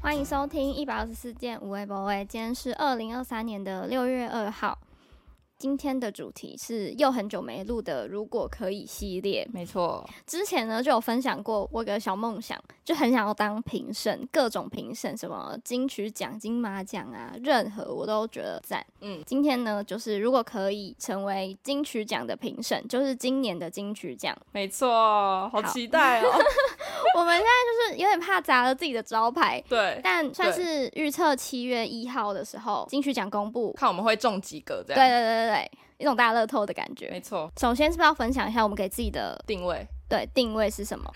欢迎收听一百二十四件无为不为。今天是二零二三年的六月二号，今天的主题是又很久没录的“如果可以”系列。没错，之前呢就有分享过，我有个小梦想，就很想要当评审，各种评审，什么金曲奖、金马奖啊，任何我都觉得赞。嗯，今天呢，就是如果可以成为金曲奖的评审，就是今年的金曲奖，没错，好期待 哦。我们现在就是有点怕砸了自己的招牌。对，但算是预测七月一号的时候，金曲奖公布，看我们会中几个这对样。对对对对，一种大乐透的感觉没。错，首先是不是要分享一下我们给自己的定位。对定位是什么？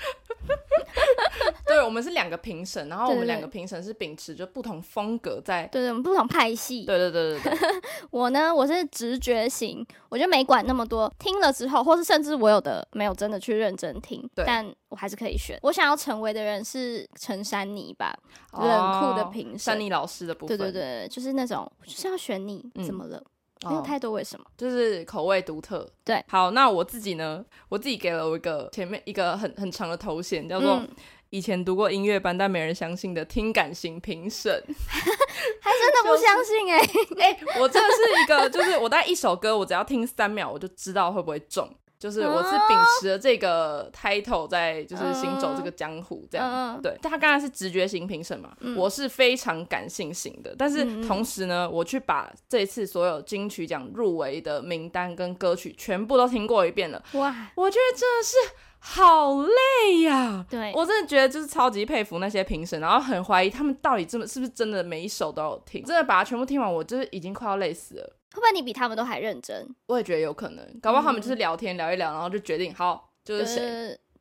对，我们是两个评审，然后对我对们两个评审是秉持着不同风格在。对对，我们不同派系。对对对对对，我呢，我是直觉型，我就没管那么多，听了之后，或是甚至我有的没有真的去认真听，对但我还是可以选。我想要成为的人是陈珊妮吧， 冷酷的哦评审。珊妮老师的部对分，对，对，就是那种，我就是要选你，嗯怎么了？没有哦、太多为什么。就是口味独特。对，好，那我自己呢，我自己给了我一个前面一个很很长的头衔，叫做嗯，以前读过音乐班但没人相信的听感型评审。还真的不相信哎、 我真的是一个，就是我大概一首歌，我只要听三秒，我就知道会不会中。就是我是啊秉持着这个 title 在，就是行走这个江湖这样。嗯，对，但他刚才是直觉型评审嘛，我是非常感性型的。但是嗯嗯同时呢，我去把这次所有金曲奖入围的名单跟歌曲全部都听过一遍了，哇，我觉得真的是好累呀、对，我真的觉得就是超级佩服那些评审，然后很怀疑他们到底真的是不是真的每一首都有听，真的把它全部听完，我就是已经快要累死了。会不会你比他们都还认真？我也觉得有可能，搞不好他们就是聊天聊一聊，然后就决定好就是谁。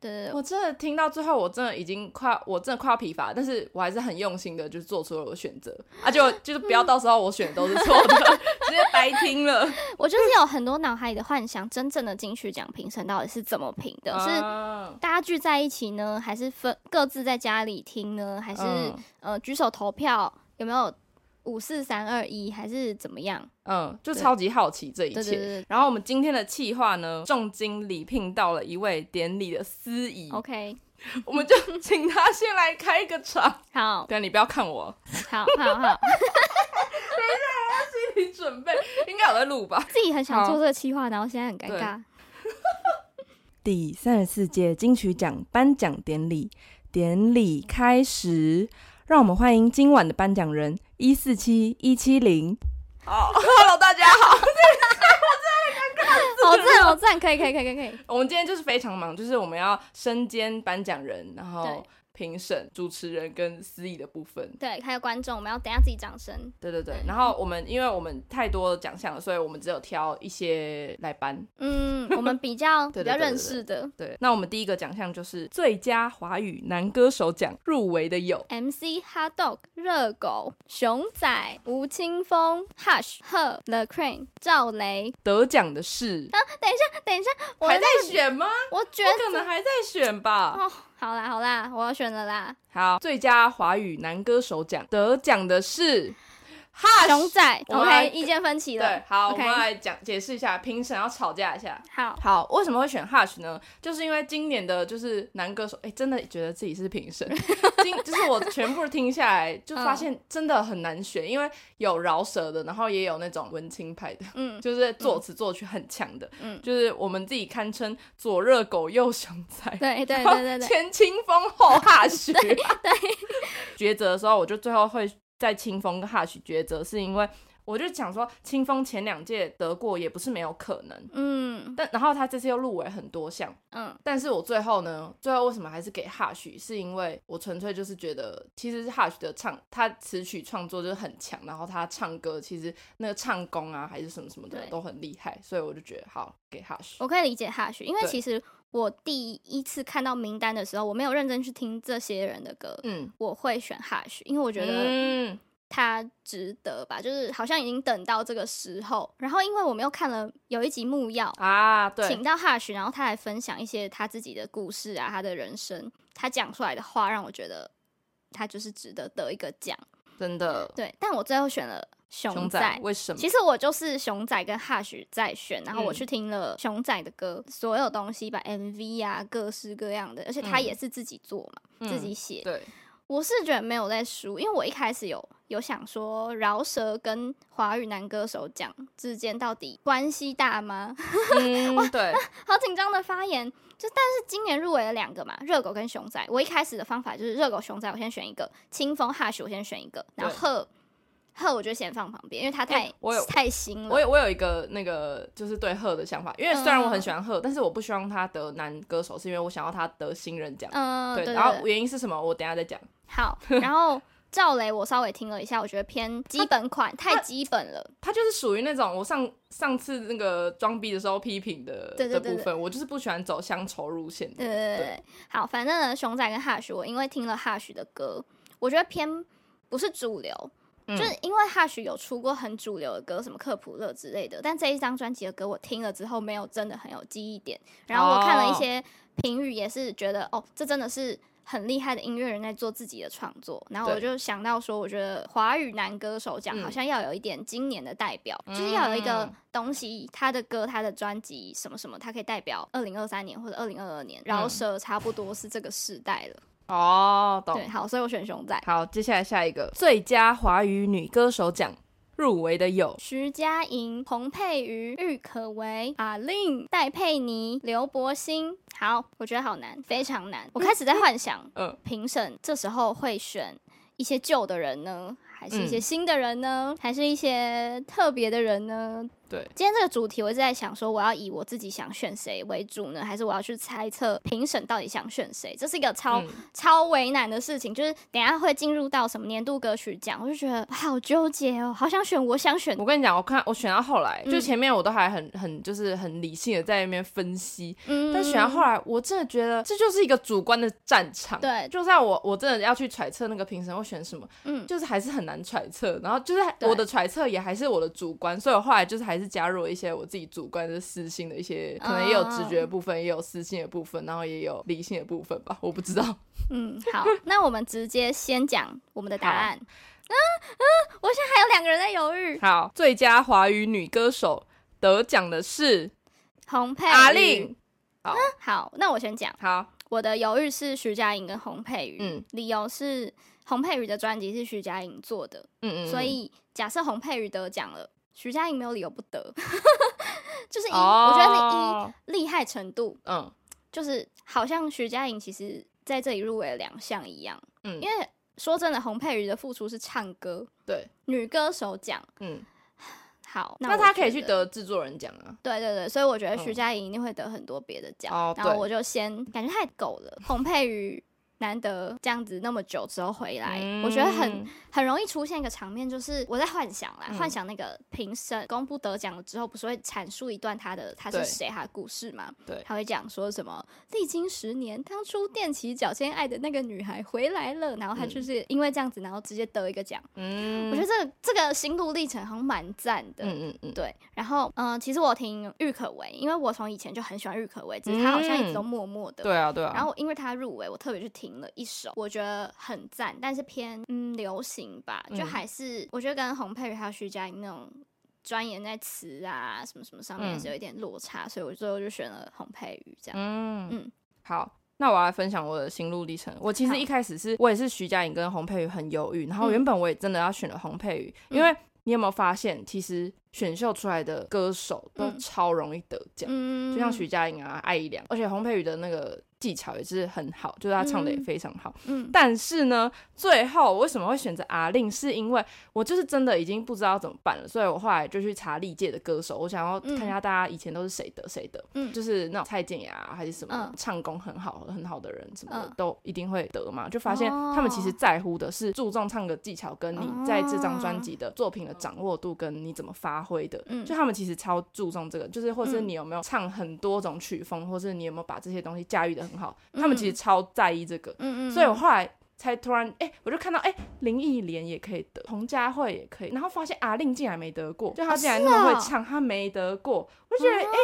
对对对，我真的听到最后，我真的已经快，我真的快要疲乏，但是我还是很用心的，就是做出了我的选择，啊 就就是不要到时候我选的都是错的， 直接白听了。 呃我就是有很多脑海里的幻想，真正的金曲奖评审到底是怎么评的？是啊大家聚在一起呢，还是分各自在家里听呢，还是、嗯呃举手投票有没有五四三二一，还是怎么样？嗯，就超级好奇这一对对切。对然后我们今天的企划呢，重金礼聘到了一位典礼的司仪对，OK， 我们就请他先来开个场。 好，等一下你不要看我， 好，好，好，心理准备应该有在录吧？自己很想好做这个企划，然后现在很尴尬。第三十四届金曲奖颁奖典礼，典礼开始，让我们欢迎今晚的颁奖人一四七一七零。好哦，Hello，大家好。好 赞，好赞，可以，可以，可以，可以，可以。我们今天就是非常忙，就是我们要身兼颁奖人，然对后评审、主持人跟司仪的部分。对，还有观众，我们要等一下自己掌声。对对对，然后我们因为我们太多奖项了，所以我们只有挑一些来颁。嗯，我们比较比 对对较对认识的对，那我们第一个奖项就是最佳华语男歌手奖入围的有 MC Hot Dog、热狗、熊仔、吴青峰、Hush、Her、The Crane、赵雷。啊得奖的是，等一下，我还在选吗？我觉不得可能还在选吧。哦，好啦好啦，我要选了啦，好，最佳华语男歌手奖得奖的是哈熊仔。我们来 OK，意见分歧了对。，好 OK 我们来讲解释一下，评审要吵架一下。好，好，为什么会选 Hush 呢？就是因为今年的就是男歌手，哎、真的觉得自己是评审。 今就是我全部听下 来，就发现真的很难选，因为有饶舌的，然后也有那种文青派的， 嗯，就是作词作曲很强的，嗯就是我们自己堪称左热狗右熊仔，对对对对对，前清风后 哈许，对，抉择的时候，我就最后会在清风跟哈许抉择，是因为我就想说，清风前两届得过也不是没有可能。嗯但然后他这次又入围很多项，嗯但是我最后呢，最后为什么还是给哈许？是因为我纯粹就是觉得，其实是哈许的唱，他词曲创作就是很强，然后他唱歌其实那个唱功啊，还是什么什么的对哦都很厉害，所以我就觉得好给哈许。我可以理解哈许，因为对其实我第一次看到名单的时候，我没有认真去听这些人的歌，嗯，我会选哈许，因为我觉得嗯他值得吧，就是好像已经等到这个时候。然后因为我们又看了有一集木曜，啊，对，请到哈许，然后他来分享一些他自己的故事啊，他的人生，他讲出来的话让我觉得他就是值得得一个奖。真的，对，但我最后选了熊仔。熊仔为什么？其实我就是熊仔跟哈许在选，然后我嗯去听了熊仔的歌，所有东西吧，MV 啊，各式各样的，而且他 嗯也是自己做嘛，自己写，对，我是觉得没有在输，因为我一开始有有想说饶舌跟华语男歌手奖之间到底关系大吗？ 嗯，对，好紧张的发言。就但是今年入围了两个嘛，热狗跟熊仔。我一开始的方法就是热狗、熊仔我先选一个，清风、Hush 我先选一个，然后贺贺我就先放旁边，因为他太、欸我有太新我了。有我有一个那个就是对贺的想法，因为虽然嗯我很喜欢贺，但是我不希望他得男歌手，是因为我想要他得新人奖。嗯，对对对，然后对，原因是什么？我等一下再讲。好。然后赵雷我稍微听了一下，我觉得偏基本款，太基本了。他就是属于那种我上上次那个装逼的时候批评的对对对的部分，我就是不喜欢走乡愁路线的。对对对对，好，反正呢，熊仔跟 Hush，我因为听了 Hush 的歌，我觉得偏不是主流，嗯就是因为 Hush 有出过很主流的歌，什么克普勒之类的，但这一张专辑的歌我听了之后，没有真的很有记忆点。然后我看了一哦些评语，也是觉得哦，这真的是。很厉害的音乐人在做自己的创作，然后我对就想到说，我觉得华语男歌手奖嗯好像要有一点今年的代表，就是要有一个嗯东西，他的歌、他的专辑什么什么，它可以代表二零二三年或者二零二二年，饶舌差不多是这个时代了。哦，懂对，。好，所以我选熊仔。好，接下来下一个最佳华语女歌手奖入围的有徐佳莹、彭佩瑜、郁可唯、阿令、戴佩妮、刘柏辛。好，我觉得好难，非常难。我开始在幻想，嗯评审这时候会选一些旧的人呢，还是一些嗯新的人呢，还是一些特别的人呢？对，今天这个主题，我一直在想说，我要以我自己想选谁为主呢，还是我要去猜测评审到底想选谁？这是一个超、嗯超为难的事情，就是等一下会进入到什么年度歌曲奖，我就觉得好纠结哦，好想选我想选的我跟你讲，我看我选到后来，嗯就前面我都还很很就是很理性的在那边分析，嗯但选到后来，我真的觉得这就是一个主观的战场。对，就算我我真的要去揣测那个评审会选什么，嗯，就是还是很难揣测。然后就是对我的揣测也还是我的主观，所以我后来就是还是加入了一些我自己主观的私心的一些，可能也有直嗯觉的部分，也有私心的部分，然后也有理性的部分吧，我不知道。 嗯，好，那我们直接先讲我们的答案。嗯嗯，我现在还有两个人在犹豫，好，最佳华语女歌手得奖的是洪佩阿瑜。令。好好，那我先讲，好，我的犹豫是徐佳莹跟洪佩瑜，嗯理由是洪佩瑜的专辑是徐佳莹做的，嗯嗯，所嗯以假设洪佩瑜得奖了，徐佳莹没有理由不得， 就是一，哦，我觉得你一厉害程度，嗯就是好像徐佳莹其实在这里入围了两项一样。嗯因为说真的，洪佩瑜的付出是唱歌，对，女歌手奖。嗯，好，那我她可以觉去得。得制作人奖啊。对对对，所以我觉得徐嗯佳莹一定会得很多别的奖。哦然后对我就先感觉太狗了，洪佩瑜。难得这样子那么久之后回来，我觉得很嗯很容易出现一个场面，就是我在幻想啦，嗯幻想那个评审公布得奖了之后，不是会阐述一段他的他是对谁他的故事吗？对他会讲说什么历经十年，当初踮起脚尖爱的那个女孩回来了，然后他嗯就是因为这样子，然后直接得一个奖。嗯，我觉得这个这个心路历程好像蛮赞的。嗯嗯嗯，对，然后嗯、呃其实我听郁可唯，因为我从以前就很喜欢郁可唯，只是她好像一直都默默的。对啊对啊。然后因为她入围，我特别去听了一首，我觉得很赞，但是偏嗯流行吧，就嗯还是、我觉得跟洪佩瑜还有徐佳莹那种钻研在词啊什么什么上面还是有一点落差，所以我最后就选了洪佩瑜这样。嗯嗯嗯，好，那我来分享我的心路历程。我其好实一开始是我也是徐佳莹跟洪佩瑜很犹豫，然后嗯原本我也真的要选了洪佩瑜，嗯因为你有没有发现，其实选秀出来的歌手都嗯超容易得奖，嗯就像徐佳莹啊、艾怡良，而且洪佩瑜的那个技巧也是很好，就是她唱的也嗯非常好。嗯但是呢，最后我为什么会选择阿令，是因为我就是真的已经不知道怎么办了，所以我后来就去查历届的歌手，我想要嗯看一下大家以前都是谁得谁得，嗯就是那种蔡健雅啊还是什么、嗯唱功很好很好的人什么的，嗯都一定会得嘛，就发现哦他们其实在乎的是注重唱歌技巧，跟你在这张专辑的作品的掌握度，跟你怎么发挥的，嗯就他们其实超注重这个，就是或是嗯你有没有唱很多种曲风，或是你有没有把这些东西驾驭的很好，嗯他们其实超在意这个，嗯嗯，所以我嗯后来才突然，哎、我就看到，哎、林忆莲也可以得，彭佳慧也可以，然后发现阿令竟然没得过，就她竟然那么是哦会唱，她没得过，我就觉得，哎、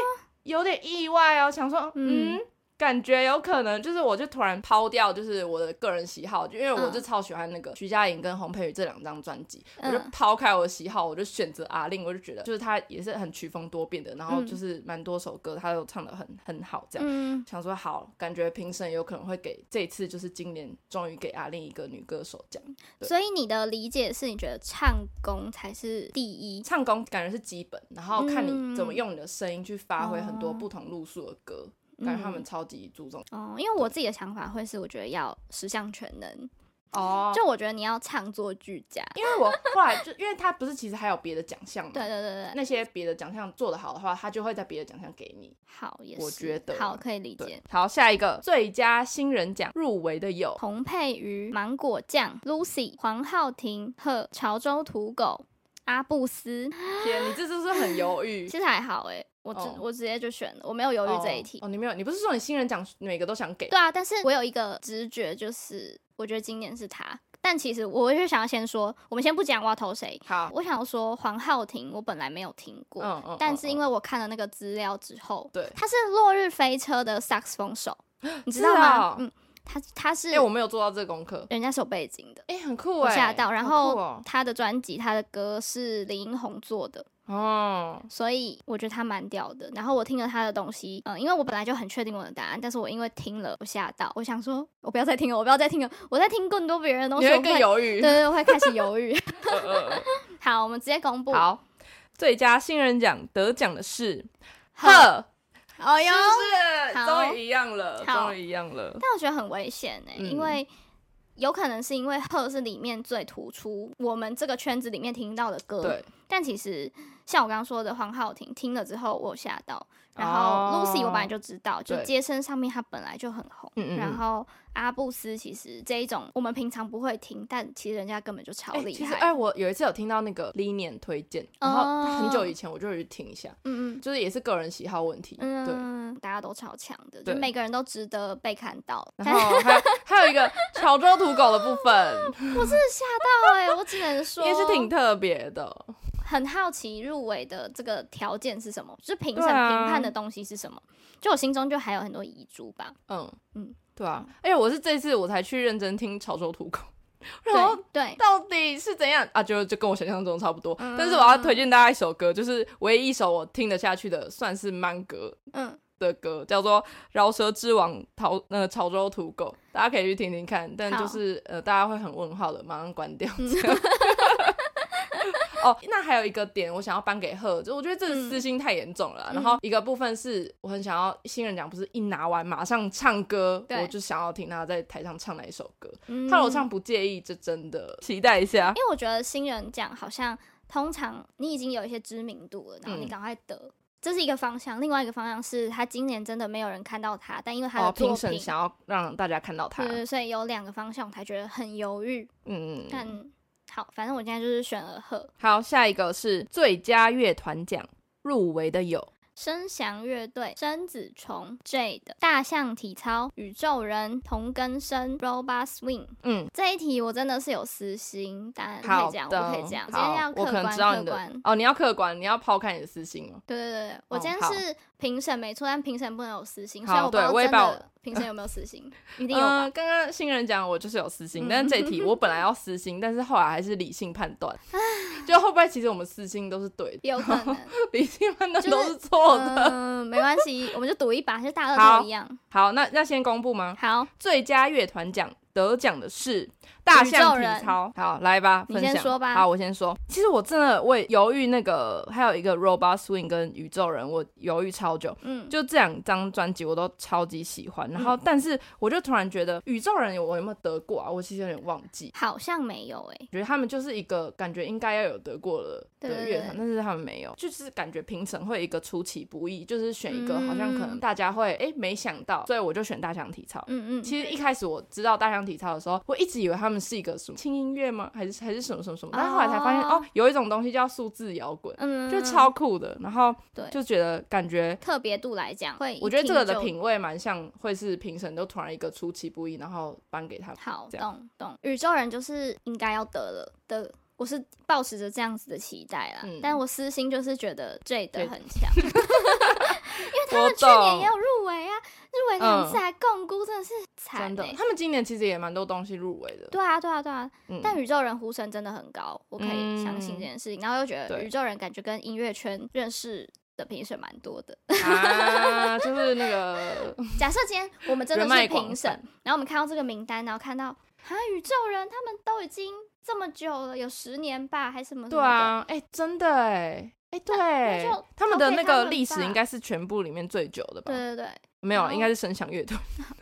有点意外哦，想说，嗯，感觉有可能，就是我就突然抛掉，就是我的个人喜好，就因为我嗯就超喜欢那个徐佳莹跟洪佩瑜这两张专辑，我就嗯抛开我的喜好，我就选择阿令，我就觉得就是她也是很曲风多变的，然后就是蛮多首歌她都唱的很很好，这样、嗯，想说好，感觉评审有可能会给这一次就是今年终于给阿令一个女歌手奖，对所以你的理解是，你觉得唱功才是第一？唱功感觉是基本，然后看你嗯怎么用你的声音去发挥很多哦嗯不同路数的歌，感觉他们超级注重哦，因为我自己的想法会是，我觉得要十项全能，哦就我觉得你要唱作俱佳。因为我后来就，因为他不是其实还有别的奖项嘛，对对对对，那些别的奖项做得好的话，他就会在别的奖项给你。好也是，我觉得好可以理对解。，好，下一个最佳新人奖入围的有彭佩瑜、芒果酱、Lucy、黄浩庭、和潮州土狗、阿布斯，天，你这是不是很 犹豫？其实还好哎、我直、哦我直接就选了，我没有犹豫这一题。哦，哦你没有，你不是说你新人奖每个都想给？对啊，但是我有一个直觉，就是我觉得今年是他。但其实我就想要先说，我们先不讲我要投谁，好，我想要说黄浩庭，我本来没有听过，嗯嗯，但是因为为我看了那个资料之后，对他是落日飞车的萨克斯风 手，你知道是吗？哦嗯，他他是哎，我没有做到这个功课，人家是有背景的，哎，很酷我哎，吓到。然好酷后哦他的专辑、他的歌是林英红做的，哦，所以我觉得他蛮屌的。然后我听了他的东西，嗯，因为我本来就很确定我的答案，但是我因为听了我吓到，我想说我不要再听了，我不要再听了，我在听更多别人的东你西，会我更会犹豫。对对对，我会开始犹豫。 呃呃呃好，我们直接公布。，好， 最佳新人奖得奖的 是呵，贺。哦哟。是不是？好终于一样了，好终于一样了。但我觉得很危险呢、嗯因为有可能是因为贺是里面最突出我们这个圈子里面听到的歌，对，但其实像我刚刚说的黄浩庭，听了之后我有吓到，然后哦 Lucy 我本来就知道，就对街声上面她本来就很红，嗯嗯嗯然后阿布斯其实这一种我们平常不会听，但其实人家根本就超哎厉其实害，哎，我有一次有听到那个 Linian 推荐，然后很久以前我就有去听一下，嗯嗯就是也是个人喜好问题， 对。嗯，大家都超强的，就对每个人都值得被看到，哎 然但后还有还有一个潮州土狗的部 分，我真的吓到哎、我只能说也是挺特别的。很好奇入围的这个条件是什么，就是评审对评啊判的东西是什么？就我心中就还有很多遗珠吧。嗯嗯嗯，对啊。而且我是这次我才去认真听潮州土 狗，对啊然后对，到底是怎样啊？就就跟我想象中差不多。但是我嗯要推荐大家一首歌，就是唯一一首我听得下去的，算是慢歌嗯，的歌，叫做《饶舌之王潮》那个潮州土狗，大家可以去听听看。但就是呃，大家会很问号的，马上关掉。嗯这样哦，那还有一个点，我想要颁给贺，就我觉得这个私心太严重了啊、嗯然后一个部分是我很想要新人奖，不是一拿完马上唱歌，对我就想要听他在台上唱哪一首歌。嗯他如果唱不介意，这真的哦期待一下。因为我觉得新人奖好像通常你已经有一些知名度了，然后你嗯赶快得。这是一个方向，另外一个方向是他今年真的没有人看到他，但因为他哦，的作评品，嗯审想要让大家看到他对，对，所以有两个方向，我才觉得很犹豫。嗯，但好，反正我现在就是选了贺好，下一个是最佳乐团奖入围的有声翔乐队、生子虫、J 的大象体操、宇宙人、同根生、Robot Swing。嗯，这一题我真的是有私心，但可好以讲，的，我可以讲，今好天要客我可能观知道客你的观。哦，你要客观，你要抛开你的私心哦。对对对，对我哦今天好是评审没错，但评审不能有私心，好所以我不知对道我也真把我的评审有没有私心，一定有吧？呃刚刚新人讲我就是有私嗯心，但是这题我本来要私心，但是后来还是理性判断，就会不会其实我们私心都是对的，有可能，理性判断就是都是错的。嗯，没关系，我们就赌一把，就大乐好透一样。 好，那那先公布吗？好，最佳乐团奖得奖的是大象体操。好，来吧，你分享先说吧好，我先说。其实我真的我也犹豫那个，还有一个 Robot Swing 跟宇宙人，我犹豫超久。嗯，就这两张专辑我都超级喜欢，然后但是我就突然觉得宇宙人有我有没有得过啊？我其实有点忘记。好像没有诶、觉得他们就是一个感觉应该要有得过了对对的对乐团，但是他们没有，就是感觉评审会有一个出其不意，就是选一个嗯好像可能大家会诶没想到，所以我就选大象体操。嗯嗯，其实一开始我知道大象体操的时候，我一直以为他们是一个什么轻音乐吗？还是还是什么什么什么？但后来才发现，哦哦，有一种东西叫数字摇滚，嗯就超酷的。然后对就觉得感觉，特别度来讲，会我觉得一这听个的就品味蛮像，会是评审都突然一个出其不意，然后颁给他们。好，这样懂懂。宇宙人就是应该要得了的，我是抱持着这样子的期待啦。嗯 但我私心就是觉得 J 对的很强，因为他们去年也有入围啊，入围两次嗯还共估，真的是惨真的欸。他们今年其实也蛮多东西入围的。对啊，对啊，对啊！嗯，但宇宙人呼声真的很高，我可以相信嗯这件事情。然后又觉得对宇宙人感觉跟音乐圈认识的评审蛮多的。啊，就是 那个假设今天我们真的人脉是广评审，然后我们看到这个名单，然后看到啊宇宙人他们都已经这么久了，有十年吧，还什么什对么的，啊，哎、真的哎、哎、那就对，他们的投给那他个们历史吧应该是全部里面最久的吧？对对对， 没有然啊，后应该是声响乐团。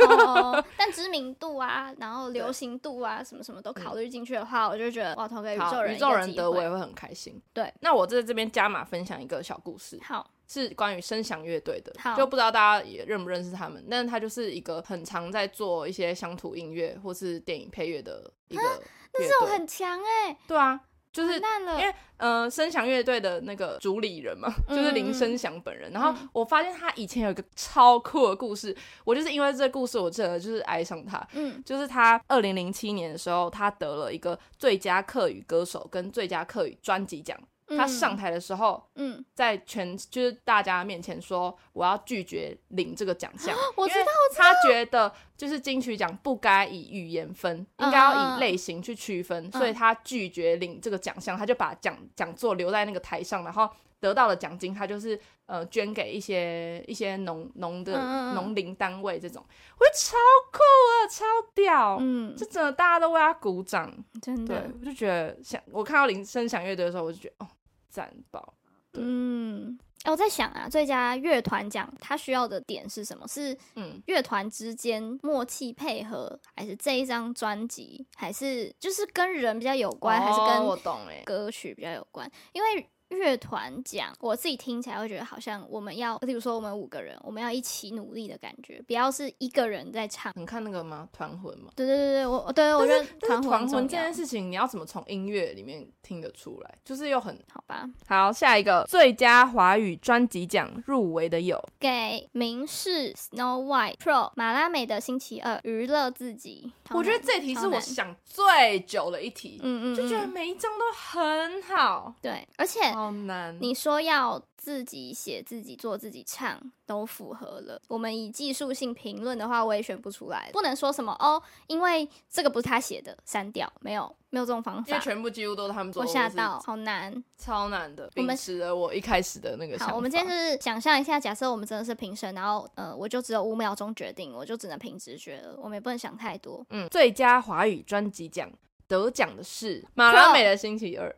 哦，但知名度啊，然后流行度啊，什么什么都考虑进去的话，我就觉得哇，投给宇宙好，人宇一宙个人机得我会也会很开心。对，那我在这边加码分享一个小故事，好，是关于声响乐队的好，就不知道大家也认不认识他们，但是他就是一个很常在做一些乡土音乐或是电影配乐的一个那乐这种队。很哦强哎、对啊，就是完蛋了因，为呃，声响乐队的那个主理人嘛，嗯就是林声祥本人。然后我发现他以前有一个超酷的故事，我就是因为这个故事，我真的就是爱上他。嗯，就是他二零零七年的时候，他得了一个最佳客语歌手跟最佳客语专辑奖。嗯他上，台的时候，嗯，在全就是大家面前说我要拒绝领这个奖项，啊我因知为道，他觉得就是金曲奖不该以语言分，嗯应该要以类型去区分，嗯所以他拒绝领这个奖项，他就把奖讲座留在那个台上，然后得到了奖金，他就是呃捐给一些一些农农的嗯嗯嗯农林单位这种，我觉得超酷啊，超屌，嗯就，真的大家都为他鼓掌，真对的，我就觉得想我看到铃声响乐队的时候，我就觉得哦赞爆，对嗯。哎我在想啊，最佳乐团奖它需要的点是什么？是嗯乐团之间默契配合，还是这一张专辑，还是就是跟人比较有关，还是哦跟我懂哎、歌曲比较有关，因为乐团奖，我自己听起来会觉得好像我们要，例如说我们五个人，我们要一起努力的感觉，不要是一个人在唱。你看那个吗？团魂吗？对对对对，我对我觉得 团魂但是团很魂重这件要，事情，你要怎么从音乐里面听得出来？就是又很好吧？好。下一个最佳华语专辑奖入围的有给明视 Snow White Pro 马拉美的星期二娱乐自己，超我觉得难这题是超我难想最久的一题，嗯嗯就觉得嗯每一张都很好，对，而且好难。你说要自己写、自己做、自己唱，都符合了。我们以技术性评论的话，我也选不出来，不能说什么哦，因为这个不是他写的，删掉，没有，没有这种方因为法。全部几乎都是他们做我的，吓到，，好难。超难的，我们秉持了我一开始的那个想法。好，我们今天就是想象一下，假设我们真的是评审，然后呃，我就只有五秒钟决定，我就只能凭直觉了，我们也不能想太多。嗯，最佳华语专辑奖得奖的是马拉美的星期 二。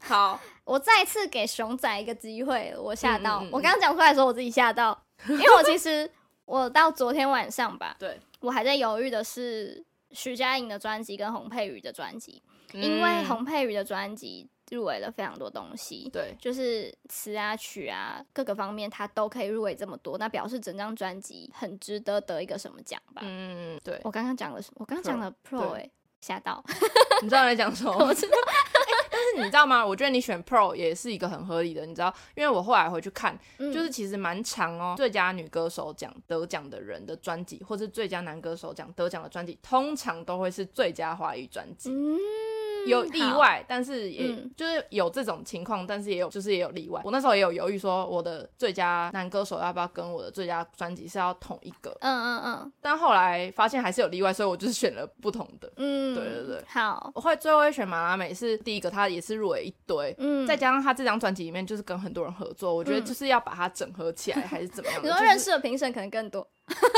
好，我再次给熊仔一个机会了，我吓到，嗯嗯嗯我刚刚讲出来的时候，我自己吓到，因为我其 实我到昨天晚上吧，对，我还在犹豫的是徐佳莹的专辑跟洪佩瑜的专辑，因为嗯洪佩瑜的专辑入围了非常多东西，对就是词啊、曲啊各个方面，它都可以入围这么多，那表示整张专辑很值得得一个什么奖吧？嗯，对，我刚刚讲了什么，我刚刚讲了 Pro 哎、对吓到，你知道在讲什么？ 哎我知 道，但是你知道吗？我觉得你选 Pro 也是一个很合理的，你知道，因为我后来回去看，嗯就是其实蛮长哦。最佳女歌手奖得奖的人的专辑，或是最佳男歌手奖得奖的专辑，通常都会是最佳华语专辑。嗯，有例好，外，但是也、嗯就是有这种情况，但是也有就是也有例外。我那时候也有犹豫说，我的最佳男歌手要不要跟我的最佳专辑是要同一个，嗯嗯嗯但后来发现还是有例外，所以我就是选了不同的。嗯，对对对，好，我会最后会选马拉美是第一个，她也是入围一堆，嗯，再加上他这张专辑里面就是跟很多人合作，我觉得就是要把它整合起来，还是怎么样 的？你说就是认识的评审可能更多，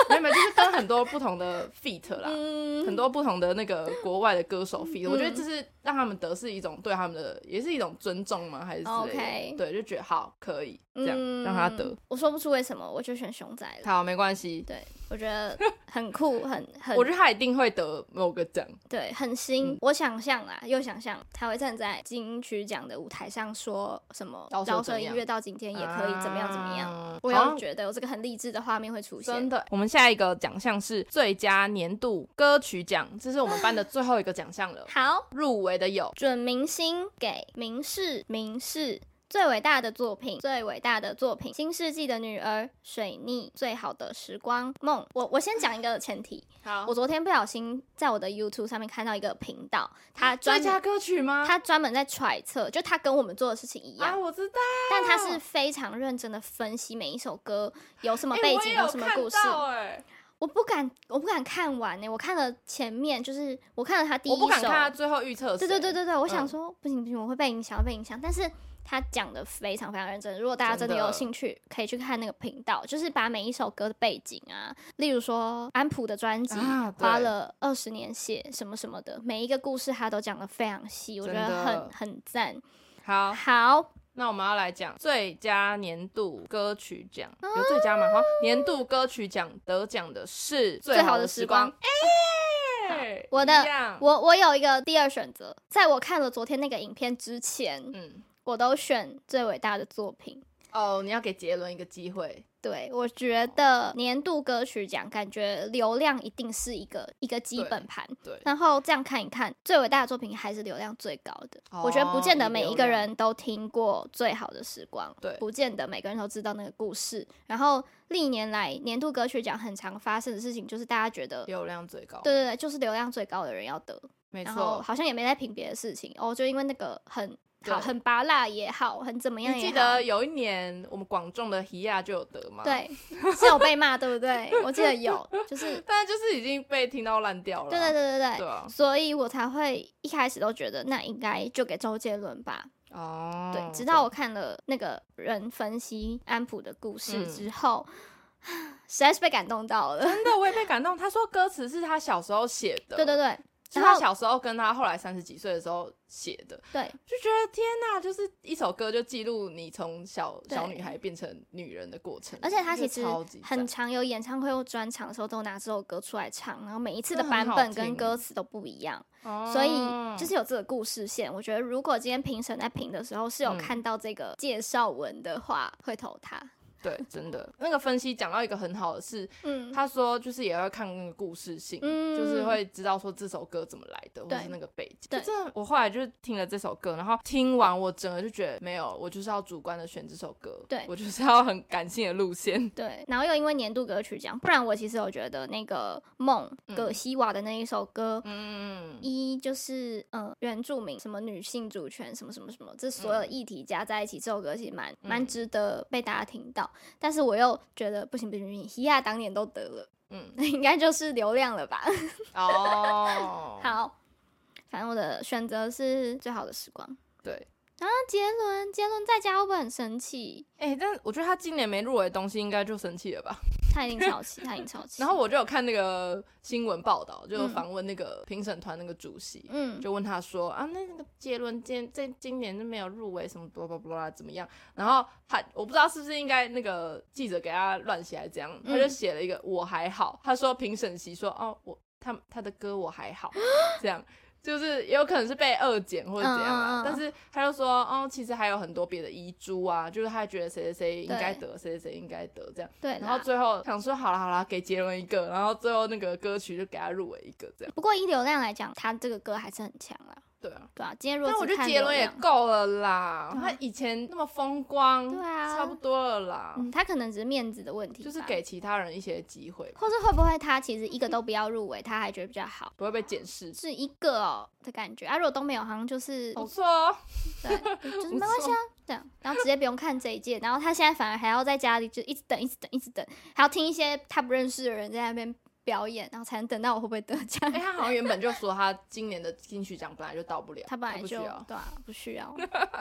没有没有，就是跟很多不同的 feat 啦，嗯，很多不同的那个国外的歌手 feat，、嗯我觉得这是让他们得是一种对他们的，也是一种尊重吗？还是之类 OK 的对，就觉得好可以这样、让他得嗯。我说不出为什么，我就选熊仔了。好，没关系。对，我觉 得很酷，很很我觉得他一定会得某个奖，对，很新。嗯我想象啦，又想象他会站在金曲奖的舞台上说什么饶舌饶舌怎么音样乐到今天也可以怎么样怎么样。啊我好要像觉得有这个很励志的画面会出现真。的，我们下一个奖项是最佳年度歌曲奖，这是我们班的 。最后一个奖项了好，入围的有准明星给明视明视最伟大的作品，最伟大的作品，《新世纪的女儿》、《水逆》、《最好的时光》、《梦》。我我先讲一个前提，好我，昨天不小心在我的 YouTube 上面看到一个频道，他啊最专佳门歌曲吗？他专门在揣测，就他跟我们做的事情一样，啊，我知道，但他是非常认真的分析每一首歌有什么哎背我景，啊也有什么看故事。到哎，我不敢，我不敢看完呢、欸我看了前面，就是我看了他第一我首，不敢看他最后预测谁，对对对对对，我嗯想说、不行不行，我会被影响，被影响。但是他讲的非常非常认真，如果大家真的真的有兴趣，可以去看那个频道，就是把每一首歌的背景啊，例如说安普的专辑、啊对花了二十年写什么什么的，每一个故事他都讲的非常细，我觉真的得很很赞。好，好，那我们要来讲最佳年度歌曲奖，有啊最佳吗？好，年度歌曲奖得奖的是《最好的时光》哎、我的一样我我有一个第二选择，在我看了昨天那个影片之前，嗯，我都选最伟大的作品。哦，你要给杰伦一个机会，对，我哦觉得年度歌曲奖感觉流量一定是一个一个基对本盘，对，然后这样看一看，最伟大的作品还是流量最高的。哦我觉得不见得每一个流量人都听过《最好的时光》，对不见得每个人都知道那个故事。然后历年来年度歌曲奖很常发生的事情，就是大家觉得，对流量最高，，对对，就是流量最高的人要得，没然后错。好像也没在评别的事情哦，就因为那个很好，对很拔辣也好，很怎么样你也记好，得有一年我们广众的希亚就有得吗？，对，是有被骂对不对？我记得 有，就是但就是已经被听到烂掉了。对对对对对对对，啊，所以我才会一开始都觉得那应该就给周杰伦吧。哦，对，直到我看了那个人分析安普的故事嗯之后， 实在是被感动到了。真的我也被感动。他说歌词是他小时候写 的，对对对是然他后小时候跟他后来三十几岁的时候写的，对，就觉得天呐，就是一首歌就记录你从小对小女孩变成女人的过程，而且他我觉得其实超级很赞常有演唱会或专场的时候都拿这首歌出来唱，然后每一次的真的很版好本跟听歌词都不一样。哦所以就是有这个故事线。我觉得如果今天评审在评的时候是有嗯看到这个介绍文的话，会投他。对，真的那个分析讲到一个很好的是，嗯，他说就是也要看那个故事性，嗯就是会知道说这首歌怎么来的，或对是那个背景。对就真的，我后来就是听了这首歌，然后听完我整个就觉得没有，我就是要主观的选这首歌，对我就是要很感性的路线。对。然后又因为年度歌曲奖，不然我其实我觉得那个梦葛西瓦的那一首歌。嗯，一就是呃原住民什么女性主权什么什么什么，这所嗯有议题加在一起，这首歌其实蛮蛮值得被大家听到。但是我又觉得不行不行不行，希亚当年都得了，嗯， 应该就是流量了吧。，哦 好，反正我的选择是最好的时光。对。啊，杰伦，杰伦在家会不会很生气？哎、但我觉得他今年没入围的东西，应该就生气了吧？他一定超气，他一定超气。 然后，我就有看那个新闻报道，就嗯访问那个评审团那个主席，嗯，就问他说啊，那那个杰伦今在今年就没有入围什么，巴拉巴拉怎么样？然后他我不知道是不是应该那个记者给他乱写还是怎样，他嗯就写了一个我还好，他说评审席说哦我他他的歌我 还好，这样。就是也有可能是被二检或者怎样嗯啊，嗯嗯但是他就说，哦，其实还有很多别的遗珠啊，就是他觉得谁谁谁应该对得，谁谁谁应该得这样。对然后啦。最后想说好了好了，给杰伦一个，然后最后那个歌曲就给他入围一个这样。不过以流量来讲，他这个歌还是很强啦。对啊，对啊，今天如果但我只觉得看杰流伦也量，嗯够了啦，他以前那么风光，对啊差不多了啦，嗯，他可能只是面子的问题吧，就是给其他人一些机会吧，或是会不会他其实一个都不要入围，他还觉得比较好，不会被检视。是一个哦的感觉啊。如果都没有，好像就是不 错哦， 对，就是没关系啊，这样，然后直接不用看这一届，然后他现在反而还要在家里就一直等，一直等，一直等，还要听一些他不认识的人在那边表演，然后才能等到我会不会得奖 哎、。他好像原本就说他今年的金曲奖本来就到不了， 他本来不需就要。对啊，不需 要。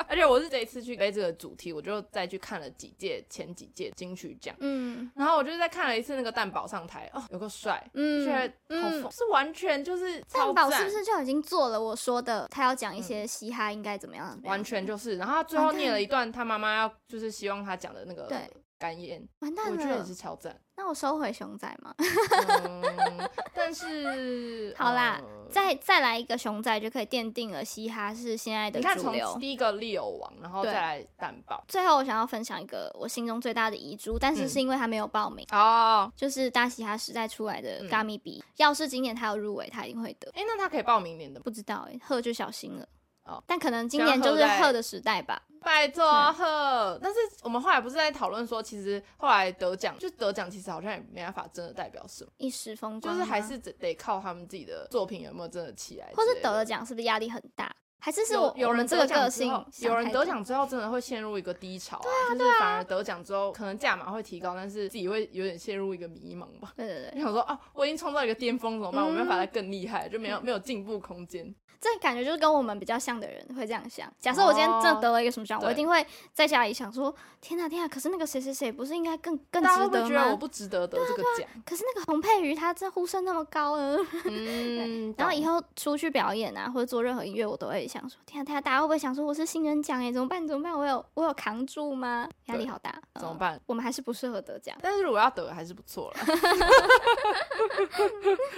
而且我是这一次去背这个主题，我就再去看了几届前几届金曲奖，嗯然后我就再看了一次那个蛋宝上台，哦，有个帅，嗯觉得好疯、嗯，是完全就是蛋超堡赞是不是就已经做了我说的，他要讲一些嘻哈应该怎么样？怎么样嗯完全就是，然后他最后念了一段他妈妈要就是希望他讲的那个对感言，完蛋我觉得也了是。超赞。那我收回熊仔吗？ 嗯，但是好啦呃再再来一个熊仔就可以奠定了嘻哈是现在的你看主从流。第一个利友王，然后对再来蛋堡最后，我想要分享一个我心中最大的遗珠，但是嗯是因为他没有报名。哦，就是大嘻哈时代出来的嗯 Gummy B，、要是今年他有入围，他一定会得。哎，那他可以报明年的吗不知道哎、欸，贺就小心了。哦，但可能今年就是像贺贺在的时代吧。拜啊托呵，但是我们后来不是在讨论说，其实后来得奖，就得奖其实好像也没办法真的代表什么，一时风就光是吗，还是得得靠他们自己的作品有没有真的起来之类，啊或是得了奖，是不是压力很大？还是是有我有我们人这得个奖个之性后，想有人太得多奖之后真的会陷入一个低潮、啊，就是反而得奖之后，可能价码会提高，但是自己会有点陷入一个迷茫吧。对对对你，想说啊，我已经创造一个巅峰，怎么办？嗯我没办法再更厉害，就没有没有进步空间。这感觉就是跟我们比较像的人会这样想。假设我今天真的得了一个什么奖，哦对我一定会在家里想说：天哪、天哪、可是那个谁谁谁不是应该更更大家会值不会得觉得我吗？不值得得这个奖？ 可是那个洪佩瑜她这呼声那么高呢。嗯，然后以后后出去表演啊，或者做任何音乐，我都会想说：天啊，天啊，大家会不会想说我是新人奖哎？怎么办？怎么办？我有我有扛住吗？压力好大，怎么嗯？办？我们还是不适合得奖。但是如果要得还是不错 了，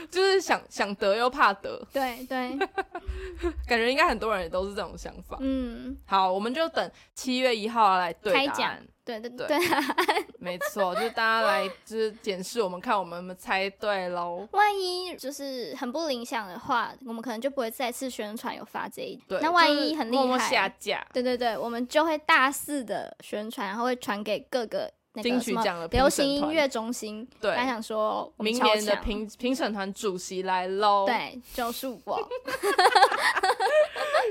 就是想想得又怕得，对 对，感觉应该很多人也都是这种想法。嗯，好，我们就等七月一号来对开答奖案。，对对对对啊！没错，就是大家来就是检视我们看我们有没有猜对喽。万一就是很不理想的话，我们可能就不会再次宣传有发这一集对，那万就是一很厉害，默默下架，对对对，我们就会大肆的宣传，然后会传给各个那金个曲什么奖的评流审行音团乐中心，对他想说我们明超年的强评评审团主席来喽。， 对就是我，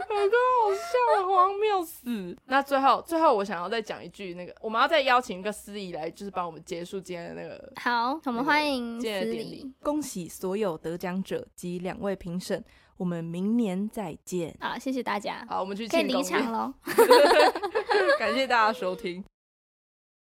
好笑，荒谬死。 那最后最后我想要再讲一句，那个我们要再邀请一个司仪来，就是帮我们结束今天的那个好，我那个们欢迎纪嗯念司典仪礼恭喜所有得奖者及两位评审，我们明年再见。啊，谢谢大家， 好，我们去可以庆功离宴场喽。感谢大家收听。